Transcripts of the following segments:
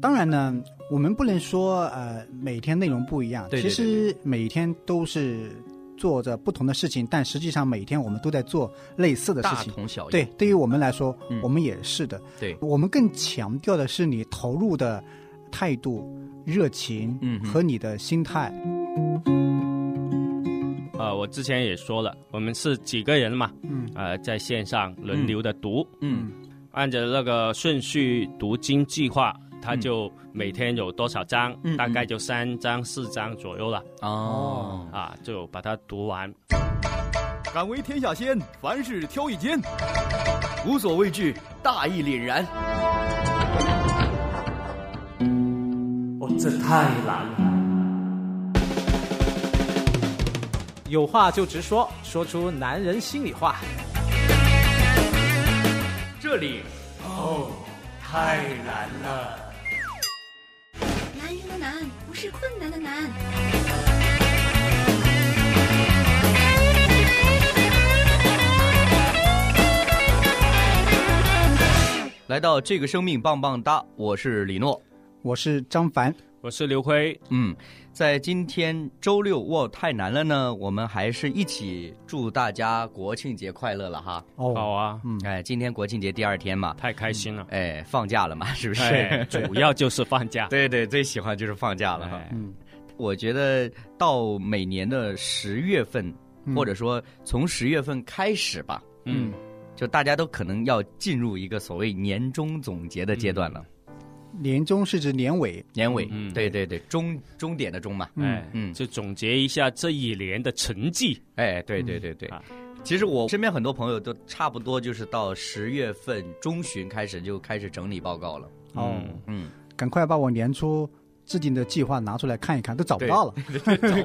当然呢，我们不能说呃每天内容不一样，对对对其实每天都是做着不同的事情，但实际上每天我们都在做类似的事大情。同小异。对，对于我们来说，嗯我们也是的。对我们更强调的是你投入的态度、热情嗯哼和你的心态。呃，我之前也说了，我们是几个人嘛，嗯呃，在线上轮流的读，嗯按着那个顺序读经计划，它嗯就每天有多少章，嗯大嗯概就三章四章左右了哦，啊，就把它读完。敢为天下先，凡事挑一肩。无所畏惧，大义凛然。哇，这太难了。有话就直说，说出男人心里话。这里男人的难不是困难的难。来到这个生命棒棒哒，我是李诺。我是张凡，我是刘辉，嗯，在今天周六哇太难了呢，我们还是一起祝大家国庆节快乐了哈。哦，好啊，嗯，哎，今天国庆节第二天嘛，太开心了，嗯哎，放假了嘛，是不 是？哎，主要就是放假。对对，最喜欢就是放假了哈。哎嗯，我觉得到每年的十月份，嗯或者说从十月份开始吧，嗯，就大家都可能要进入一个所谓年终总结的阶段了，年终是指年尾，年尾，嗯对对对，终终点的终嘛，嗯哎，嗯就总结一下这一年的成绩。哎，对对对对。啊其实我身边很多朋友都差不多就是到十月份中旬开始就开始整理报告了，哦，嗯嗯，赶快把我年初制定的计划拿出来看一看，都找不 对到了，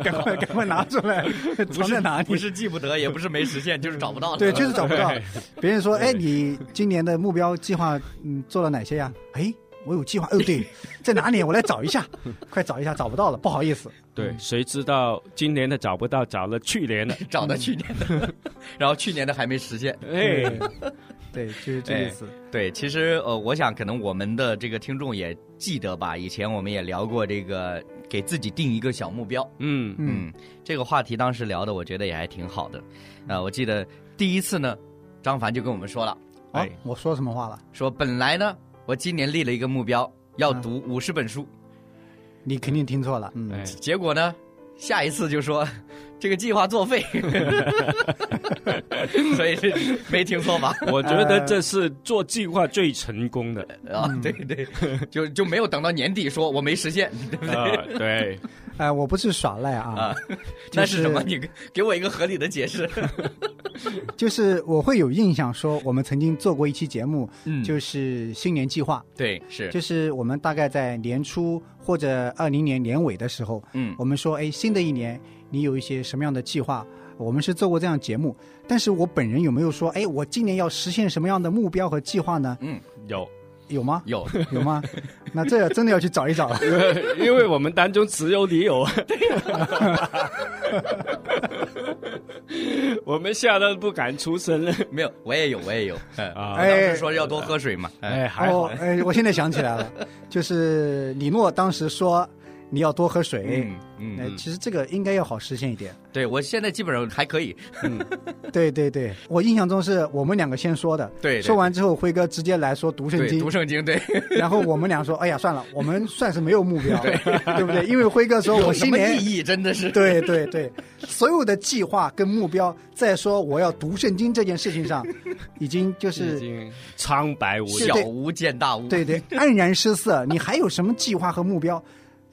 赶快赶快拿出来，藏在哪里？不是记不得，也不是没实现，就是找不到了。啊对，就是找不到。别人说，对哎，你今年的目标计划，嗯，做了哪些呀？哎，我有计划，哦， 对，在哪里？我来找一下，快找一下，找不到了，不好意思。对，谁知道今年的找不到，找了去年的，找到去年的，然后去年的还没实现。哎，对，就是这意思。对，其实呃，我想可能我们的这个听众也记得吧，以前我们也聊过这个给自己定一个小目标，嗯，嗯，这个话题当时聊的，我觉得也还挺好的。呃，我记得第一次呢，张凡就跟我们说了，啊哎，我说什么话了？说本来呢，我今年立了一个目标，要读五十本书，你肯定听错了。嗯，哎，结果呢，下一次就说这个计划作废，所以是没听错吧？我觉得这是做计划最成功的，啊，对对，就就没有等到年底说我没实现，对不对？啊，对， 哎，我不是耍赖啊 啊，，那就是是什么？你给给我一个合理的解释。就是我会有印象说，我们曾经做过一期节目，嗯就是新年计划， 对，是，就是我们大概在年初或者二零年年尾的时候，嗯我们说，哎，新的一年你有一些什么样的计划？我们是做过这样节目，但是我本人有没有说，哎，我今年要实现什么样的目标和计划呢？嗯，有，有吗？有，有 吗？那这真的要去找一找了。因为我们当中只有你有，我们吓得不敢出声了，没有，我也有，我也有。嗯啊我当时说要多喝水嘛。哎，哎，还好哦，哎，我现在想起来 了，就是李诺当时说你要多喝水。嗯嗯，哎嗯，其实这个应该要好实现一 点。对我现在基本上还可以。对对对，我印象中是我们两个先说的，对对说完之后辉哥直接来说读圣对，经读，圣经，对， 然后我们俩说，哎呀，算了，我们算是没有目标，对不对？因为辉哥说，我有什新么年意义？真的是。对对对，所有的计划跟目标，在说我要读圣经这件事情上，已经就已是经苍白无力小，巫见大巫。对对黯然失色。你还有什么计划和目标？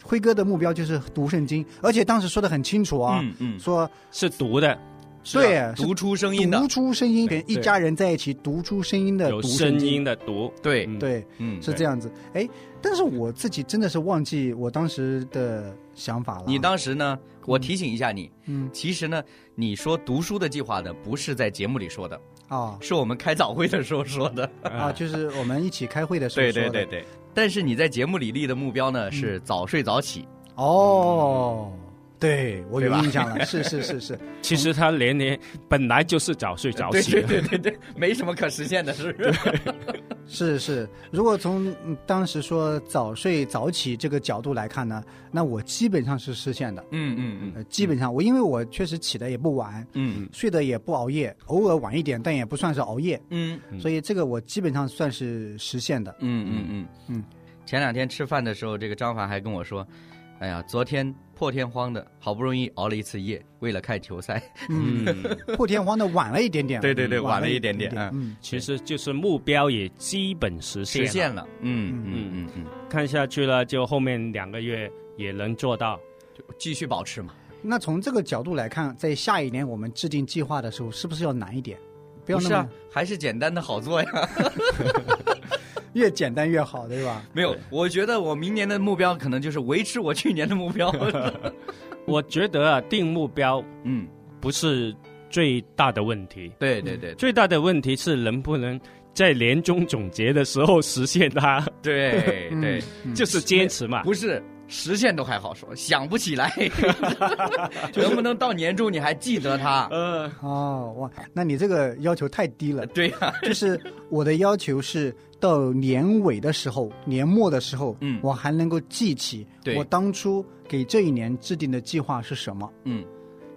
辉哥的目标就是读圣经，而且当时说的很清楚啊，嗯嗯说是读的，是吧对，读出声音的读，出声音，跟一对家人在一起读出声音的有读声经音的读，对，嗯对，嗯，是这样子。哎，但是我自己真的是忘记我当时的想法了。你当时呢，我提醒一下你，嗯其实呢，你说读书的计划呢，不是在节目里说的，啊是我们开早会的时候说 的。啊，就是我们一起开会的时候嗯对说的。对嗯对对。但是你在节目里立的目标呢是早睡早起，哦，对我对有吧印象了，是是是是，其实他连年本来就是早睡早对起对的，对对对，没什么可实现的是不是。是是，如果从嗯当时说早睡早起这个角度来看呢，那我基本上是实现的。嗯嗯呃嗯，基本上我因为我确实起的也不晚，嗯睡得也不熬夜，偶尔晚一点，但也不算是熬夜，嗯嗯所以这个我基本上算是实现的。嗯嗯嗯嗯。前两天吃饭的时候，这个张凡还跟我说：“哎呀，昨天破天荒的，好不容易熬了一次夜，为了看球 赛。嗯，嗯， 破天荒的晚了一点点，对对对晚晚了一点点点嗯，其实就是目标也基本实”现实了，现了， 嗯嗯嗯嗯嗯，看下去了，就后面两个月也能做到。继续保持嘛。那从这个角度来看，在下一年我们制定计划的时候，是不是要难一点？不要不那是啊么，还是简单的好做 呀。越简单越好，对吧？ 没有，我觉得我明年的目标可能就是维持我去年的目 标。我觉得啊，定目标嗯，不是最大的问题，对对对最大的问题是能不能在年终总结的时候实现它，对嗯对，就是坚持嘛。不是实现都还好说，想不 起来，能不能到年终你还记得它？。呃，哦，哇，那你这个要求太低了对呀、 就是我的要求是到年尾的时候，年末的时候，嗯我还能够记起对我当初给这一年制定的计划是什么。嗯，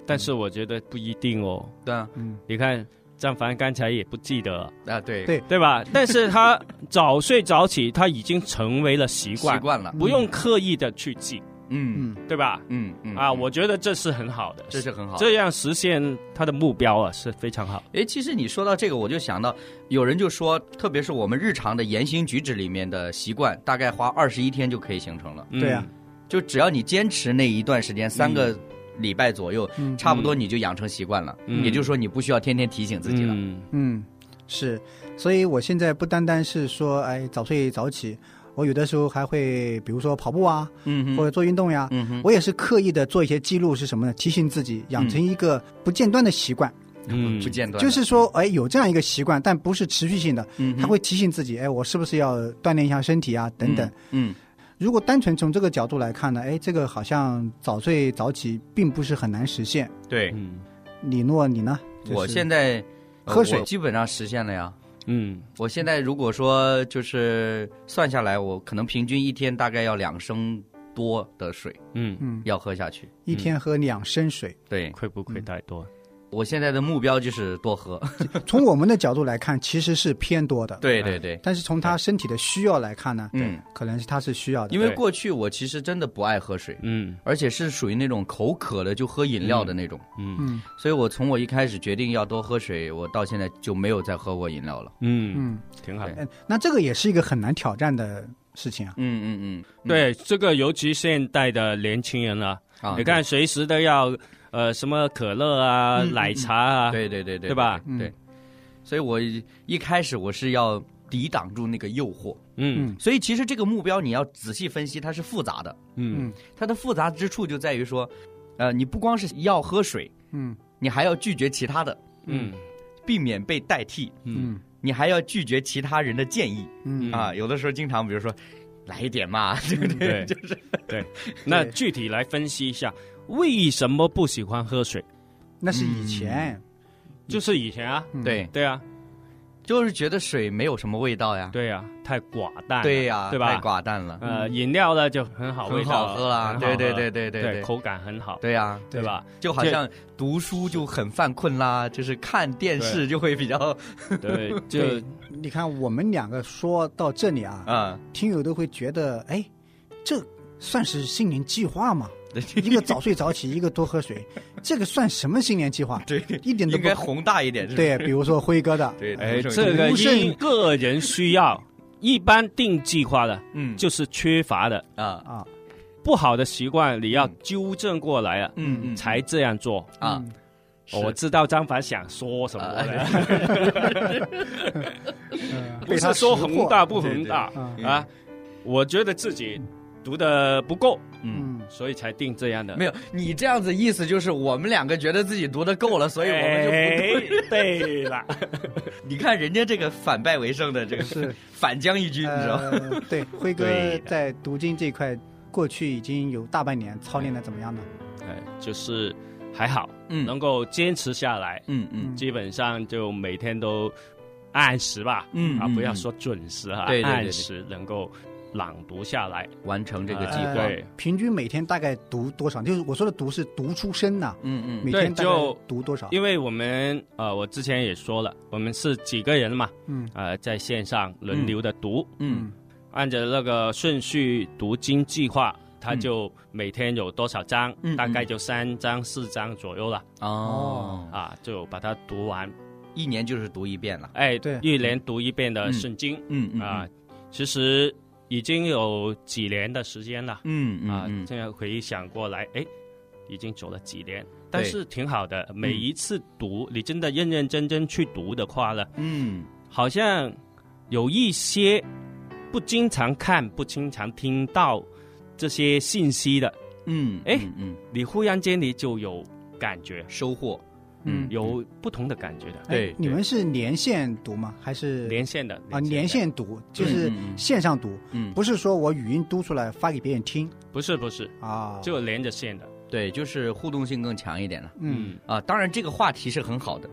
但是我觉得不一定哦。对啊，嗯，你看张凡刚才也不记得，啊对对对吧？但是他早睡早起，他已经成为了习惯，习惯嗯了，不用刻意的去记，嗯嗯对吧？嗯嗯啊，嗯我觉得这是很好的，这是很好。这样实现他的目标啊，是非常好。哎，其实你说到这个，我就想到有人就说，特别是我们日常的言行举止里面的习惯，大概花二十一天就可以形成了。嗯对啊，就只要你坚持那一段时间，三个礼拜左右，嗯差不多你就养成习惯了。嗯也就是说，你不需要天天提醒自己了。嗯嗯，是，所以我现在不单单是说，哎，早睡早起，我有的时候还会，比如说跑步啊，嗯或哼，者做运动呀，嗯哼，我也是刻意的做一些记录，是什么呢？提醒自己养成一个不间断的习惯，嗯不嗯间断的，就是说，哎，有这样一个习惯，但不是持续性的，嗯哼它会提醒自己，哎，我是不是要锻炼一下身体啊，等等。，嗯如果单纯从这个角度来看呢，哎，这个好像早睡早起并不是很难实现。嗯对，嗯李诺，你呢？就是我现在呃喝水我基本上实现了呀。嗯我现在如果说就是算下来，我可能平均一天大概要两升多的水嗯，嗯，要喝下去。一天喝两升水。对会不会太多？我现在的目标就是 多喝。从我们的角度来看，其实是偏多的。，对对对，但是从他身体的需要来看呢，嗯，可能是他是需要的。因为对过去我其实真的不爱喝水，嗯而且是属于那种口渴了就喝饮料的那种。嗯嗯所以我从我一开始决定要多喝水，我到现在就没有再喝过饮料了。嗯，嗯，挺好。对嗯，那这个也是一个很难挑战的事情啊。嗯嗯嗯，嗯对这个，尤其现代的年轻人啊，啊，你看随时都要呃什么可乐啊、嗯嗯奶茶啊，对，对对对对对吧嗯对，所以我一一开始我是要抵挡住那个诱惑，嗯所以其实这个目标你要仔细分析，它是复杂的，嗯嗯它的复杂之处就在于说，呃，你不光是要喝水，嗯你还要拒绝其他的，嗯避免被代替，嗯你还要拒绝其他人的建议嗯嗯啊。有的时候经常比如说，来一点嘛， 对不对？嗯对 就是那具体来分析一下，为什么不喜欢喝水？那是以前。就是以前啊，嗯，对，对啊，就是觉得水没有什么味道呀。对啊，太寡淡了，对呀，对啊吧太？寡淡了，呃，饮料呢就很好味很道，好喝啦。很好对对喝啊对对对对，口感很好，对呀，对吧？就好像读书就很犯困啦，就是看电视就会比较 对，就对你看我们两个说到这里啊，啊，听友都会觉得，哎，这算是新年计划吗？对一个早睡早 起，一个多喝水，这个算什么新年计划？对，一点都应不该宏大一点，是吧对。比如说辉哥的，对，哎，同这声个无甚因个人需要，一般定计划的嗯就是缺乏的，啊，啊，不好的习惯你要嗯纠正过来了，啊嗯嗯才这样做。啊，哎我知道张凡想说什么了，嗯不被他是说识破宏大不宏大嗯啊，我觉得自己读的不够，嗯。嗯，所以才定这样的。没有，你这样子意思就是我们两个觉得自己读的够了，所以我们就不读。 哎对了，你看人家这个反败为胜的这个是 反将一军，你知道吗？呃，对，辉哥对在读经这一块，过去已经有大半年操练的怎么样呢？哎，就是还好，嗯能够坚持下来，嗯嗯，基本上就每天都按时吧，嗯啊，嗯不要嗯说准时啊，对对对对按时能够朗读下来。完成这个计哎划。对平均每天大概读多少？就是我说的读是读出声呐、嗯嗯每嗯，天大概就读多少？因为我们呃，我之前也说了，我们是几个人嘛，嗯呃，在线上轮流的读，嗯，按着那个顺序读经计划，它嗯就每天有多少章，嗯大概嗯就三章四章左右了、哦，啊，就把它读完。一年就是读一遍了。哎，对一连读一遍的嗯圣经嗯嗯啊、，其实已经有几年的时间了。嗯嗯啊，嗯这样回想过来，哎，已经走了几年，但是挺好的。每一次读，你真的认认真真去读的话呢，嗯，好像有一些不经常看、不经常听到这些信息的，嗯，哎嗯嗯，你忽然间你就有感觉，收获，嗯有不同的感觉的。哎对你们是连线读吗？还是连线的啊哦的连线读，就是嗯嗯嗯线上读，嗯，不是说我语音读出来发给别人听不是不是，啊。就连着线的。对，就是互动性更强一点了嗯，啊。当然，这个话题是很好的，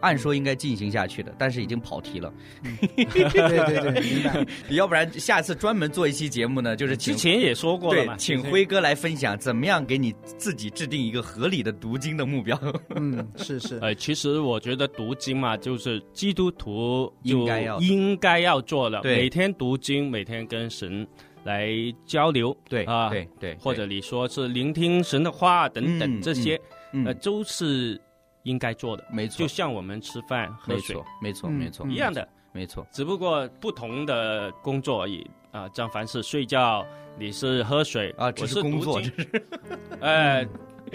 按说应该进行下去的，但是已经跑题了。嗯 对对对，明白。要不然下次专门做一期节目呢，就是请之前也说过了对嘛，，请辉哥来分享怎么样给你自己制定一个合理的读经的目标。 嗯，是 是，呃，其实我觉得读经嘛，就是基督徒就应该要的应该要做的，对每天读经，每天跟神来交流，对啊，对，对，或者你说是聆听神的话等嗯等这些，嗯呃，，都是应该做的。没就错，像我们吃饭喝没水错，没错，嗯没错，嗯一样的，没错，只不过不同的工作而已。啊，张凡是睡觉，你是喝水啊我只是是工作读经， 呃，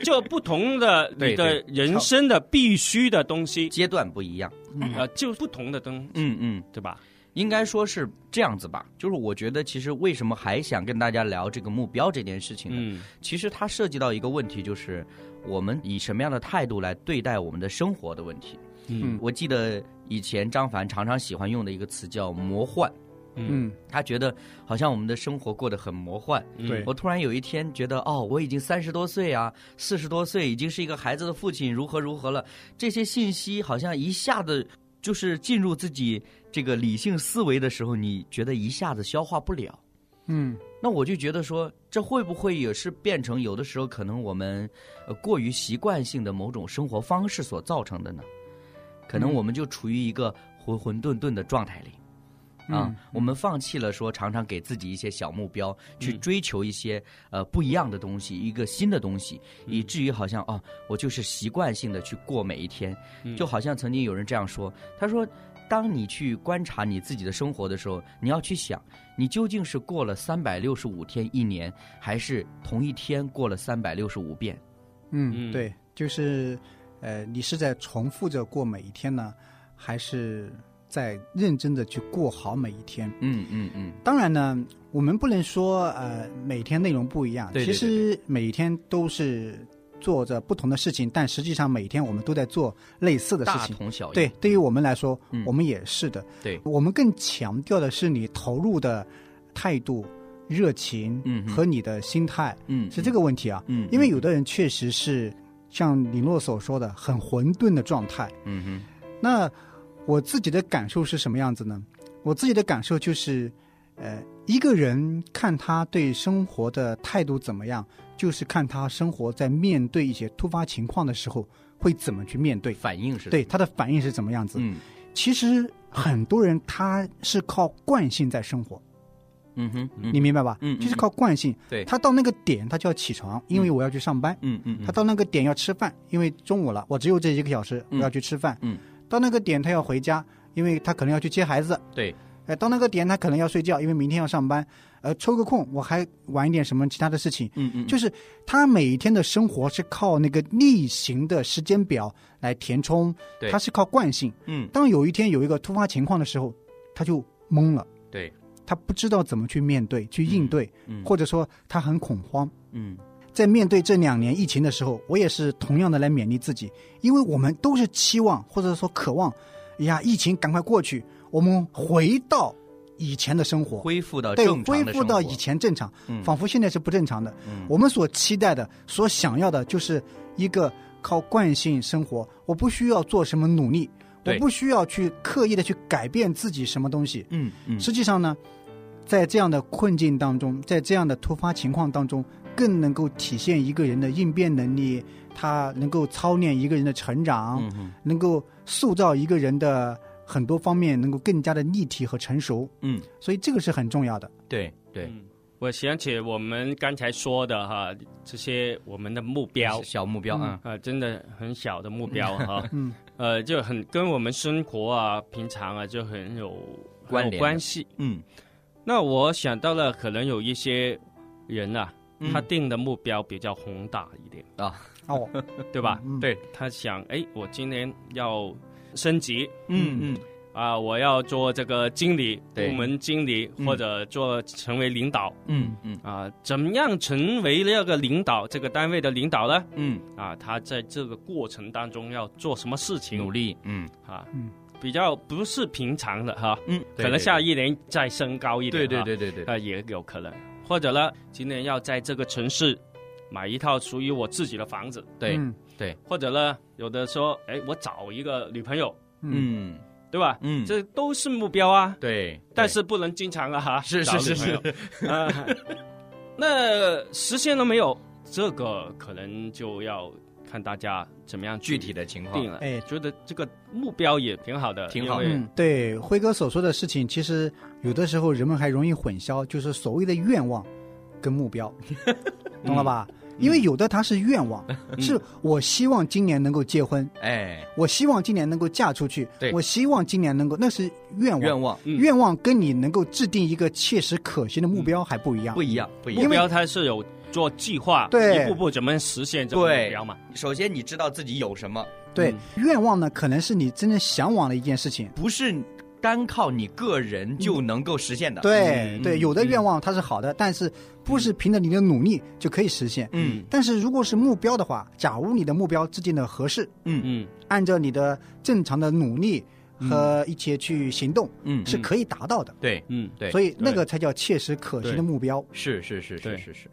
就不同的 对你的人生的必须的东西，阶段不一样。呃，就不同的灯，嗯嗯，对吧？应该说是这样子吧。就是我觉得，其实为什么还想跟大家聊这个目标这件事情呢？嗯其实它涉及到一个问题，就是我们以什么样的态度来对待我们的生活的问题。嗯我记得以前张凡常常喜欢用的一个词叫“魔幻”，嗯他觉得好像我们的生活过得很魔幻。对我突然有一天觉得，哦，我已经三十多岁啊，四十多岁，已经是一个孩子的父亲，如何如何了。这些信息好像一下子就是进入自己这个理性思维的时候，你觉得一下子消化不了。嗯那我就觉得说，这会不会也是变成有的时候可能我们呃过于习惯性的某种生活方式所造成的呢？可能嗯我们就处于一个浑浑沌沌的状态里。啊嗯，我们放弃了说常常给自己一些小目标，去嗯追求一些呃不一样的东西，一个新的东西，嗯以至于好像啊，我就是习惯性的去过每一天，嗯就好像曾经有人这样说，他说，当你去观察你自己的生活的时候，你要去想，你究竟是过了三百六十五天一年，还是同一天过了三百六十五遍？嗯，嗯对，就是呃，你是在重复着过每一天呢，还是在认真的去过好每一天？嗯嗯嗯，当然呢，我们不能说呃每天内容不一样，对对对其实每一天都是做着不同的事情，但实际上每天我们都在做类似的事大情。同小异。对，对于我们来说，嗯我们也是的。对我们更强调的是你投入的态度、热情嗯哼和你的心态，嗯，是这个问题啊。嗯，嗯，因为有的人确实是像李诺所说的很混沌的状态。嗯哼，那我自己的感受是什么样子呢？我自己的感受就是，呃，一个人看他对生活的态度怎么样，就是看他生活在面对一些突发情况的时候会怎么去面对，反应是对，他的反应是怎么样子。嗯其实很多人他是靠惯性在生活，嗯哼，嗯你明白吧？嗯嗯就是靠惯性。对他到那个点他就要起床，因为我要去上班。嗯嗯，嗯他到那个点要吃饭，因为中午了，我只有这一个小时，我嗯要去吃饭。嗯，到那个点他要回家，因为他可能要去接孩子。对，呃，到那个点他可能要睡觉，因为明天要上班，呃，抽个空我还玩一点什么其他的事情，嗯嗯，就是他每一天的生活是靠那个例行的时间表来填充对，他是靠惯性。嗯当有一天有一个突发情况的时候，他就懵了，对，他不知道怎么去面对、去应对，嗯或者说他很恐慌。嗯在面对这两年疫情的时候，我也是同样的来勉励自己，因为我们都是期望或者说渴望，哎呀，疫情赶快过去，我们回到以前的生活，恢复到对，正常恢的复生到活以前正常，嗯仿佛现在是不正常的。嗯我们所期待的、所想要的，就是一个靠惯性生活，我不需要做什么努力，我对不需要去刻意的去改变自己什么东西。嗯嗯实际上呢，在这样的困境当中，在这样的突发情况当中，更能够体现一个人的应变能力，他能够操练一个人的成长，嗯嗯能够塑造一个人的很多方面能够更加的立体和成熟。嗯，所以这个是很重要的。对对，嗯我想起我们刚才说的哈，这些我们的目标小目标啊，啊，真的很小的目标 哈，嗯，呃，就很跟我们生活啊、平常啊就很有关很联的有关系。嗯那我想到了，可能有一些人啊，嗯他定的目标比较宏大一点，哦，对吧？嗯对，他想，哎，我今年要升级嗯嗯啊，我要做这个经理、对部门经理，嗯或者做成为领导嗯嗯啊。怎么样成为那个领导，这个单位的领导呢？嗯，啊，他在这个过程当中要做什么事情？努力，嗯啊，嗯比较不是平常的哈、嗯，可能下一年再升高一点、对啊，对对对对，啊、也有可能，或者呢，今年要在这个城市买一套属于我自己的房子，对，嗯或者呢，有的说，哎，我找一个女朋友，嗯嗯对吧？嗯，这都是目标啊，对，但是不能经常啊哈，是找是是女朋友是， 啊，那实现了没有？这个可能就要看大家怎么样具体的情况定，了。哎觉得这个目标也挺好的，挺好的因为嗯，对，辉哥所说的事情，其实有的时候人们还容易混淆，就是所谓的愿望跟目标，懂了吧？因为有的他是愿望，是我希望今年能够结婚，哎，我希望今年能够嫁出去对，我希望今年能够，那是愿望。愿望嗯愿望跟你能够制定一个切实可行的目标还不一样。不一样，不一目样。标它是有做计划，对一步步怎么实现这个对目标嘛？首先你知道自己有什么，对，愿望呢，可能是你真正向往的一件事情。不是单靠你个人就能够实现的。，对、嗯对，嗯有的嗯愿望它是好的，但是不是凭着你的努力就可以实现。嗯但是如果是目标的话，假如你的目标制定的合适，嗯嗯，按照你的正常的努力和一些去行动，嗯，是可以达到的。对，嗯，对所以那个才叫切实可行的目标。是是是是对是是，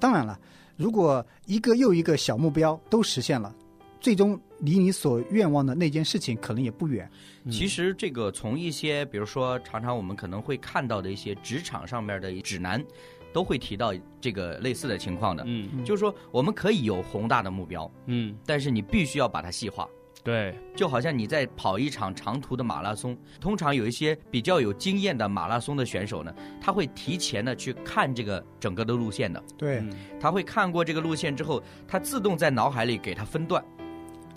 当然了，如果一个又一个小目标都实现了，最终离你所愿望的那件事情可能也不远。嗯其实这个从一些，比如说常常我们可能会看到的一些职场上面的指南，都会提到这个类似的情况的。嗯就是说，我们可以有宏大的目标，嗯，但是你必须要把它细化。对，就好像你在跑一场长途的马拉松，通常有一些比较有经验的马拉松的选手呢，他会提前的去看这个整个的路线的，对嗯他会看过这个路线之后，他自动在脑海里给它分段。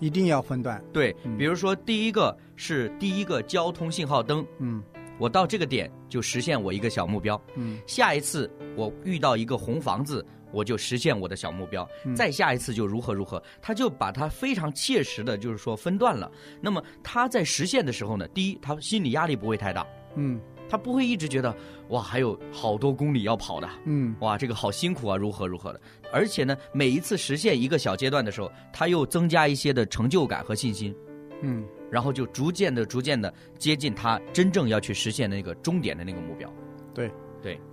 一定要分段。对，嗯比如说第一个是第一个交通信号灯，嗯我到这个点就实现我一个小目标。嗯，下一次我遇到一个红房子，我就实现我的小目标，嗯再下一次就如何如何，他就把它非常切实的，就是说分段了。那么他在实现的时候呢，第一，他心理压力不会太大，嗯他不会一直觉得哇还有好多公里要跑的，嗯，哇这个好辛苦啊，如何如何的。而且呢，每一次实现一个小阶段的时候，他又增加一些的成就感和信心。嗯，然后就逐渐的、逐渐的接近他真正要去实现的那个终点的那个目标。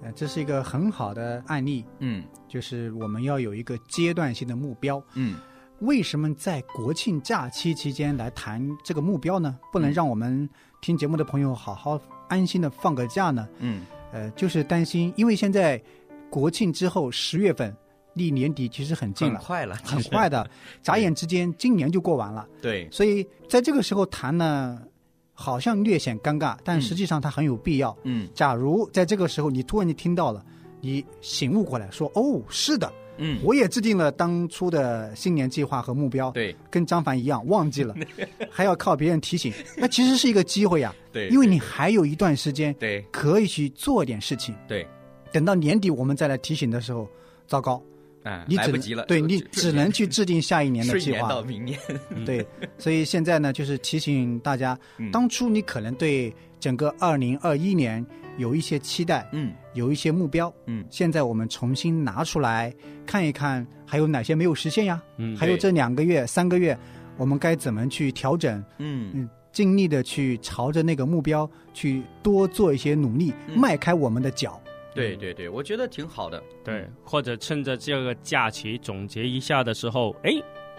呃这是一个很好的案例，嗯就是我们要有一个阶段性的目标。嗯，为什么在国庆假期期间来谈这个目标嗯呢？不能让我们听节目的朋友好好安心的放个假呢？嗯，呃，就是担心，因为现在国庆之后十月份离年底其实很近很了，快了，很快 的，眨眼之间今年就过完了。对，所以在这个时候谈呢，好像略显尴尬，但嗯实际上它很有必要。嗯假如在这个时候你突然就听到了，你醒悟过来说：“哦，是的，嗯，我也制定了当初的新年计划和目标，对跟张凡一样忘 记了，还要靠别人提醒，那其实是一个机会呀、啊对因为你还有一段时间对可以去做点事情，对，等到年底我们再来提醒的时候，糟糕，哎，你来只不能及了，对就你只 能去制定下一年的顺计延到划，明年，对，所以现在呢，就是提醒大家，嗯当初你可能对整个二零二一年有一些期待，嗯有一些目标，嗯现在我们重新拿出来看一看，还有哪些没有实现呀？嗯还有这两个月、三个月，我们该怎么去调整？嗯，嗯，尽力的去朝着那个目标去多做一些努力，嗯迈开我们的脚。对嗯对对，我觉得挺好的，对，或者趁着这个假期总结一下的时候，哎，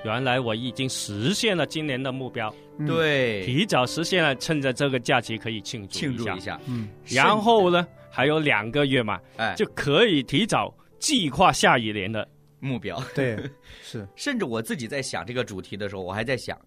原来我已经实现了今年的目标，嗯，对，提早实现了，趁着这个假期可以庆祝庆祝一一。下，嗯，然后呢，还有两个月嘛，哎，就可以提早计划下一年的。目标。 对，是，甚至我自己在想这个主题的时候，我还在想，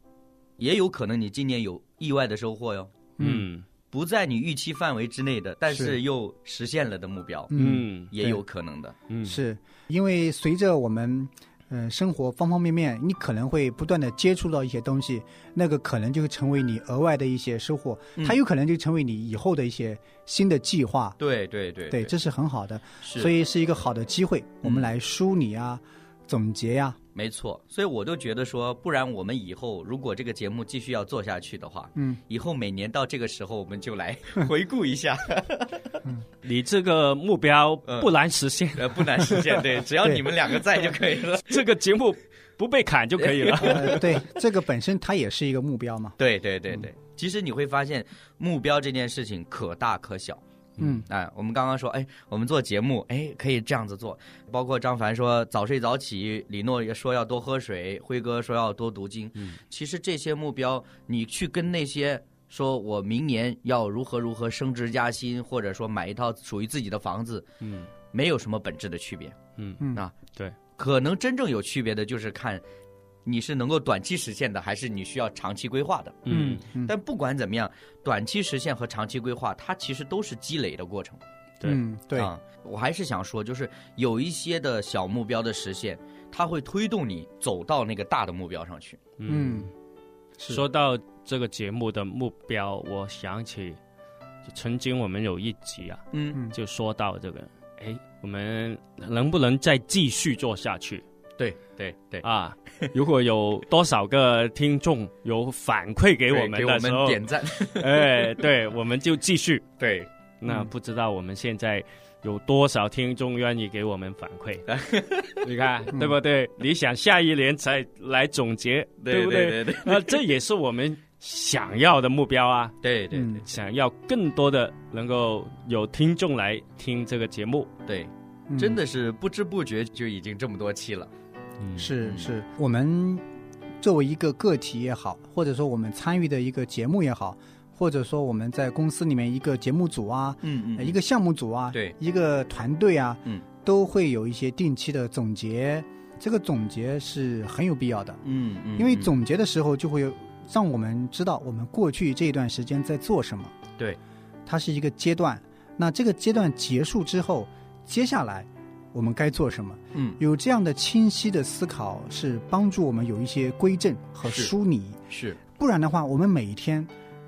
也有可能你今年有意外的收获哟，嗯不在你预期范围之内的，但是是又实现了的目标，嗯，嗯也有可能的。嗯，是因为随着我们。呃，生活方方面面，你可能会不断的接触到一些东西，那个可能就会成为你额外的一些收获，嗯它有可能就成为你以后的一些新的计划，对对对对，这是很好的，是嗯所以是一个好的机会，我们来梳理啊、总结呀、没错。所以我就觉得说，不然我们以后如果这个节目继续要做下去的话，嗯，以后每年到这个时候，我们就来 回顾一下，你这个目标嗯不难实现，呃，不难实现，对，只要对你们两个在就可以了。这个节目不被砍就可以 了。呃，对，这个本身它也是一个目标嘛，对对对对，其实你会发现，目标这件事情可大可小。嗯，哎，我们刚刚说，哎，我们做节目，哎，可以这样子做。包括张凡说早睡早起，李诺也说要多喝水，辉哥说要多读经。嗯，其实这些目标，你去跟那些说我明年要如何如何升职加薪，或者说买一套属于自己的房子，嗯没有什么本质的区别。嗯嗯啊，对，可能真正有区别的就是看你是能够短期实现的，还是你需要长期规划的。嗯嗯但不管怎么样，短期实现和长期规划，它其实都是积累的过程。对嗯，对，啊，我还是想说，就是有一些的小目标的实现，它会推动你走到那个大的目标上去。嗯，是说到这个节目的目标，我想起就曾经我们有一集啊，嗯，就说到这个，哎，我们能不能再继续做下去对对对，啊？如果有多少个听众有反馈给给我们给我的时们候，点赞。 哎，对，我们就继续。对，那不知道我们现在有多少听众愿意给我们反 馈？你看对不对？你想下一年才来总结，嗯对不对对那这也是我们想要的目标啊， 对对嗯想要更多的能够有听众来听这个节目，对，嗯真的是不知不觉就已经这么多期了。嗯是嗯是，我们作为一个个体也好，或者说我们参与的一个节目也好，或者说我们在公司里面一个节目组啊，嗯呃一个项目组啊，对一个团队啊，嗯，都会有一些定期的总结，这个总结是很有必要的，嗯嗯，因为嗯总结的时候就会让我们知道我们过去这一段时间在做什么。对，它是一个阶段。那这个阶段结束之后，接下来我们该做什么？嗯有这样的清晰的思考，是帮助我们有一些归正和是梳理。是不然的话，我们每一天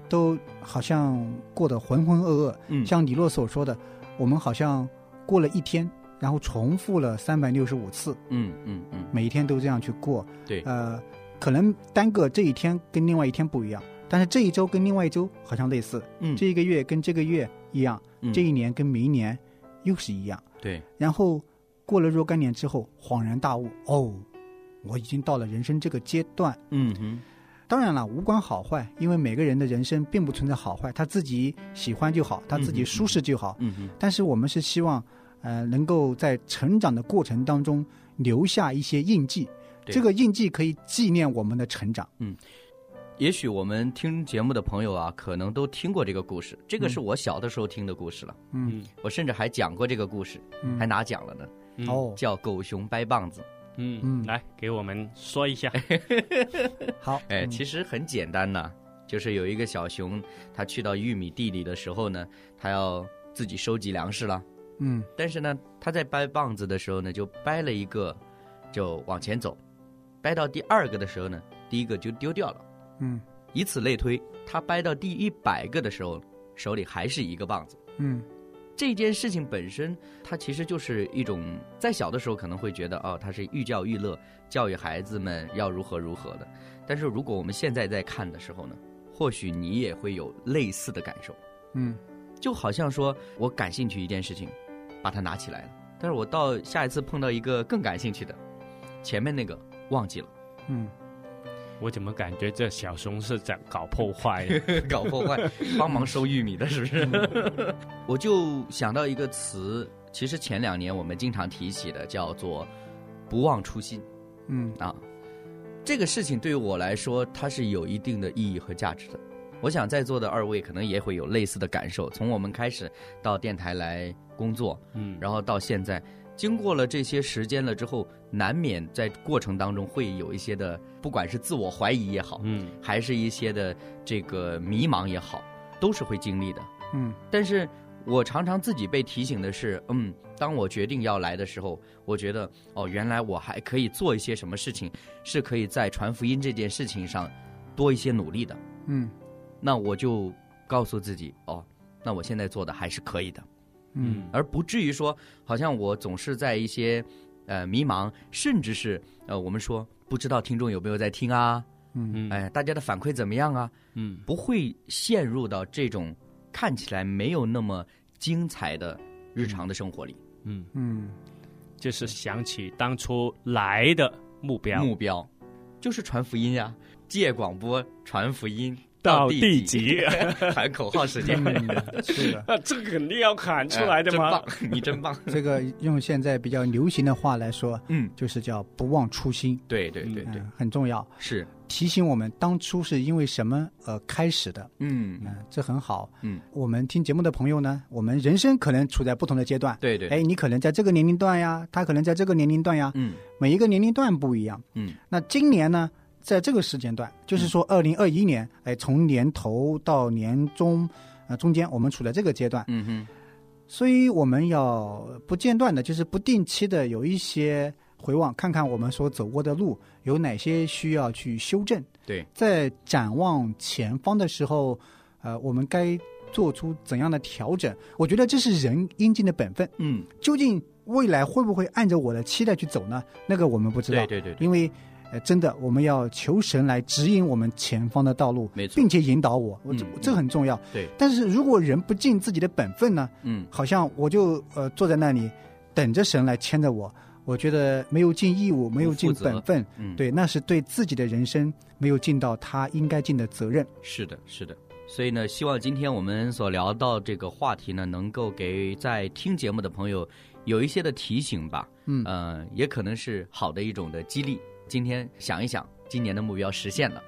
都好像过得浑浑噩噩。嗯像李洛所说的，我们好像过了一天，然后重复了三百六十五次。嗯嗯嗯每一天都这样去过。对呃，可能单个这一天跟另外一天不一样，但是这一周跟另外一周好像类似，嗯这一个月跟这个月一样，嗯这一年跟明年又是一样。对然后过了若干年之后，恍然大悟，哦，我已经到了人生这个阶段。嗯哼当然了，无关好坏，因为每个人的人生并不存在好坏，他自己喜欢就好，他自己舒适就好。嗯哼但是我们是希望，呃，能够在成长的过程当中留下一些印记，对这个印记可以纪念我们的成长。也许我们听节目的朋友啊，可能都听过这个故事。这个是我小的时候听的故事了，嗯，我甚至还讲过这个故事，嗯还拿奖了呢，嗯哦，叫《狗熊掰棒子》。嗯嗯来给我们说一下，好， 哎，嗯其实很简单呐、就是有一个小熊，它去到玉米地里的时候呢，它要自己收集粮食了。嗯但是呢，它在掰棒子的时候呢，就掰了一个就往前走，掰到第二个的时候呢，第一个就丢掉了。嗯以此类推，他掰到第一百个的时候，手里还是一个棒子。嗯这件事情本身，它其实就是一种在小的时候可能会觉得哦，它是寓教于乐，教育孩子们要如何如何的。但是如果我们现在在看的时候呢，或许你也会有类似的感受，嗯就好像说我感兴趣一件事情，把它拿起来了，但是我到下一次碰到一个更感兴趣的，前面那个忘记了，嗯，我怎么感觉这小熊是在搞破 坏呀？搞破坏，帮忙收玉米的是不是？ 我就想到一个词，其实前两年我们经常提起的，叫做“不忘初心嗯”啊。这个事情对于我来说，它是有一定的意义和价值的。我想在座的二位可能也会有类似的感受。从我们开始到电台来工作，嗯，然后到现在，经过了这些时间了之后，难免在过程当中会有一些的，不管是自我怀疑也好，嗯，还是一些的这个迷茫也好，都是会经历的。嗯但是我常常自己被提醒的是，嗯，当我决定要来的时候，我觉得哦，原来我还可以做一些什么事情，是可以在传福音这件事情上多一些努力的。嗯那我就告诉自己，哦，那我现在做的还是可以的，嗯而不至于说好像我总是在一些呃迷茫，甚至是呃我们说不知道听众有没有在听啊，嗯嗯哎，大家的反馈怎么样啊？嗯不会陷入到这种看起来没有那么精彩的日常的生活里。嗯，嗯就是想起当初来的目标目标就是传福音呀、借广播传福音到地地级，，喊口号时间。嗯，是 的，那 这个肯定要喊出来的哎嘛。真棒，你真棒。这个用现在比较流行的话来说，嗯，就是叫不忘初心，对对对嗯、对，很重要，是，提醒我们当初是因为什么而开始的。嗯，嗯，这很好。嗯，我们听节目的朋友呢，我们人生可能处在不同的阶段。对对，哎，你可能在这个年龄段呀，他可能在这个年龄段呀，嗯每一个年龄段不一样。嗯那今年呢，在这个时间段，就是说二零二一年，哎，从年头到年中，呃，中间我们处在这个阶段，嗯哼，所以我们要不间断的，就是不定期的有一些回望，看看我们所走过的路有哪些需要去修正。对，在展望前方的时候，呃，我们该做出怎样的调整？我觉得这是人应尽的本分。嗯，究竟未来会不会按照我的期待去走呢？那个我们不知道。对对对对，因为，呃，真的，我们要求神来指引我们前方的道路，没错并且引导我，我嗯这嗯这很重要。对但是如果人不尽自己的本分呢，嗯好像我就呃坐在那里，等着神来牵着我，我觉得没有尽义务，没有尽不负责本分，嗯，对，那是对自己的人生没有尽到他应该尽的责任。是的，是的。所以呢，希望今天我们所聊到这个话题呢，能够给在听节目的朋友有一些的提醒吧。嗯呃，也可能是好的一种的激励。今天想一想，今年的目标实现了。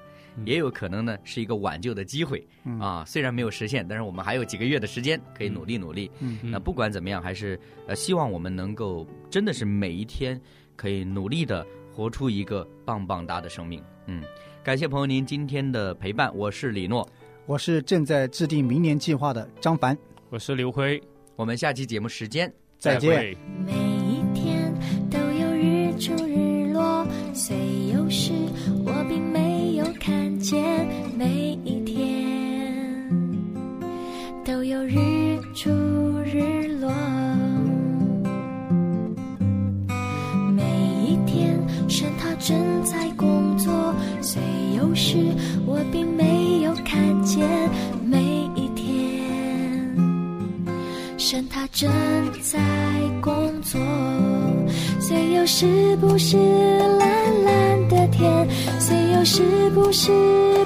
也有可能呢，是一个挽救的机会、嗯啊！虽然没有实现，但是我们还有几个月的时间可以努力努力。嗯嗯那不管怎么样，还是呃，希望我们能够真的是每一天可以努力的活出一个棒棒哒的生命。嗯，感谢朋友您今天的陪伴，我是李诺，我是正在制定明年计划的张凡，我是刘辉，我们下期节目时间再见。会。每一天都有日出日落，虽有时我并没有看见。每一天都有日出日落，每一天神他正在工作，虽有时我并没有看见。每一天。神他正在工作，虽有时不是蓝蓝的天，虽有时不是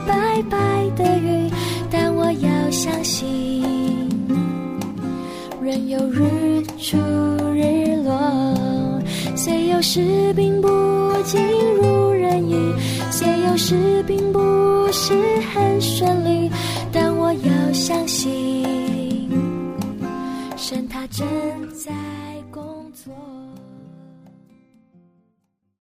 白白的云，但我要相信，人有日出日落。虽有时并不尽如人意，虽有时并不是很顺利，但我要相信。神他正在工作。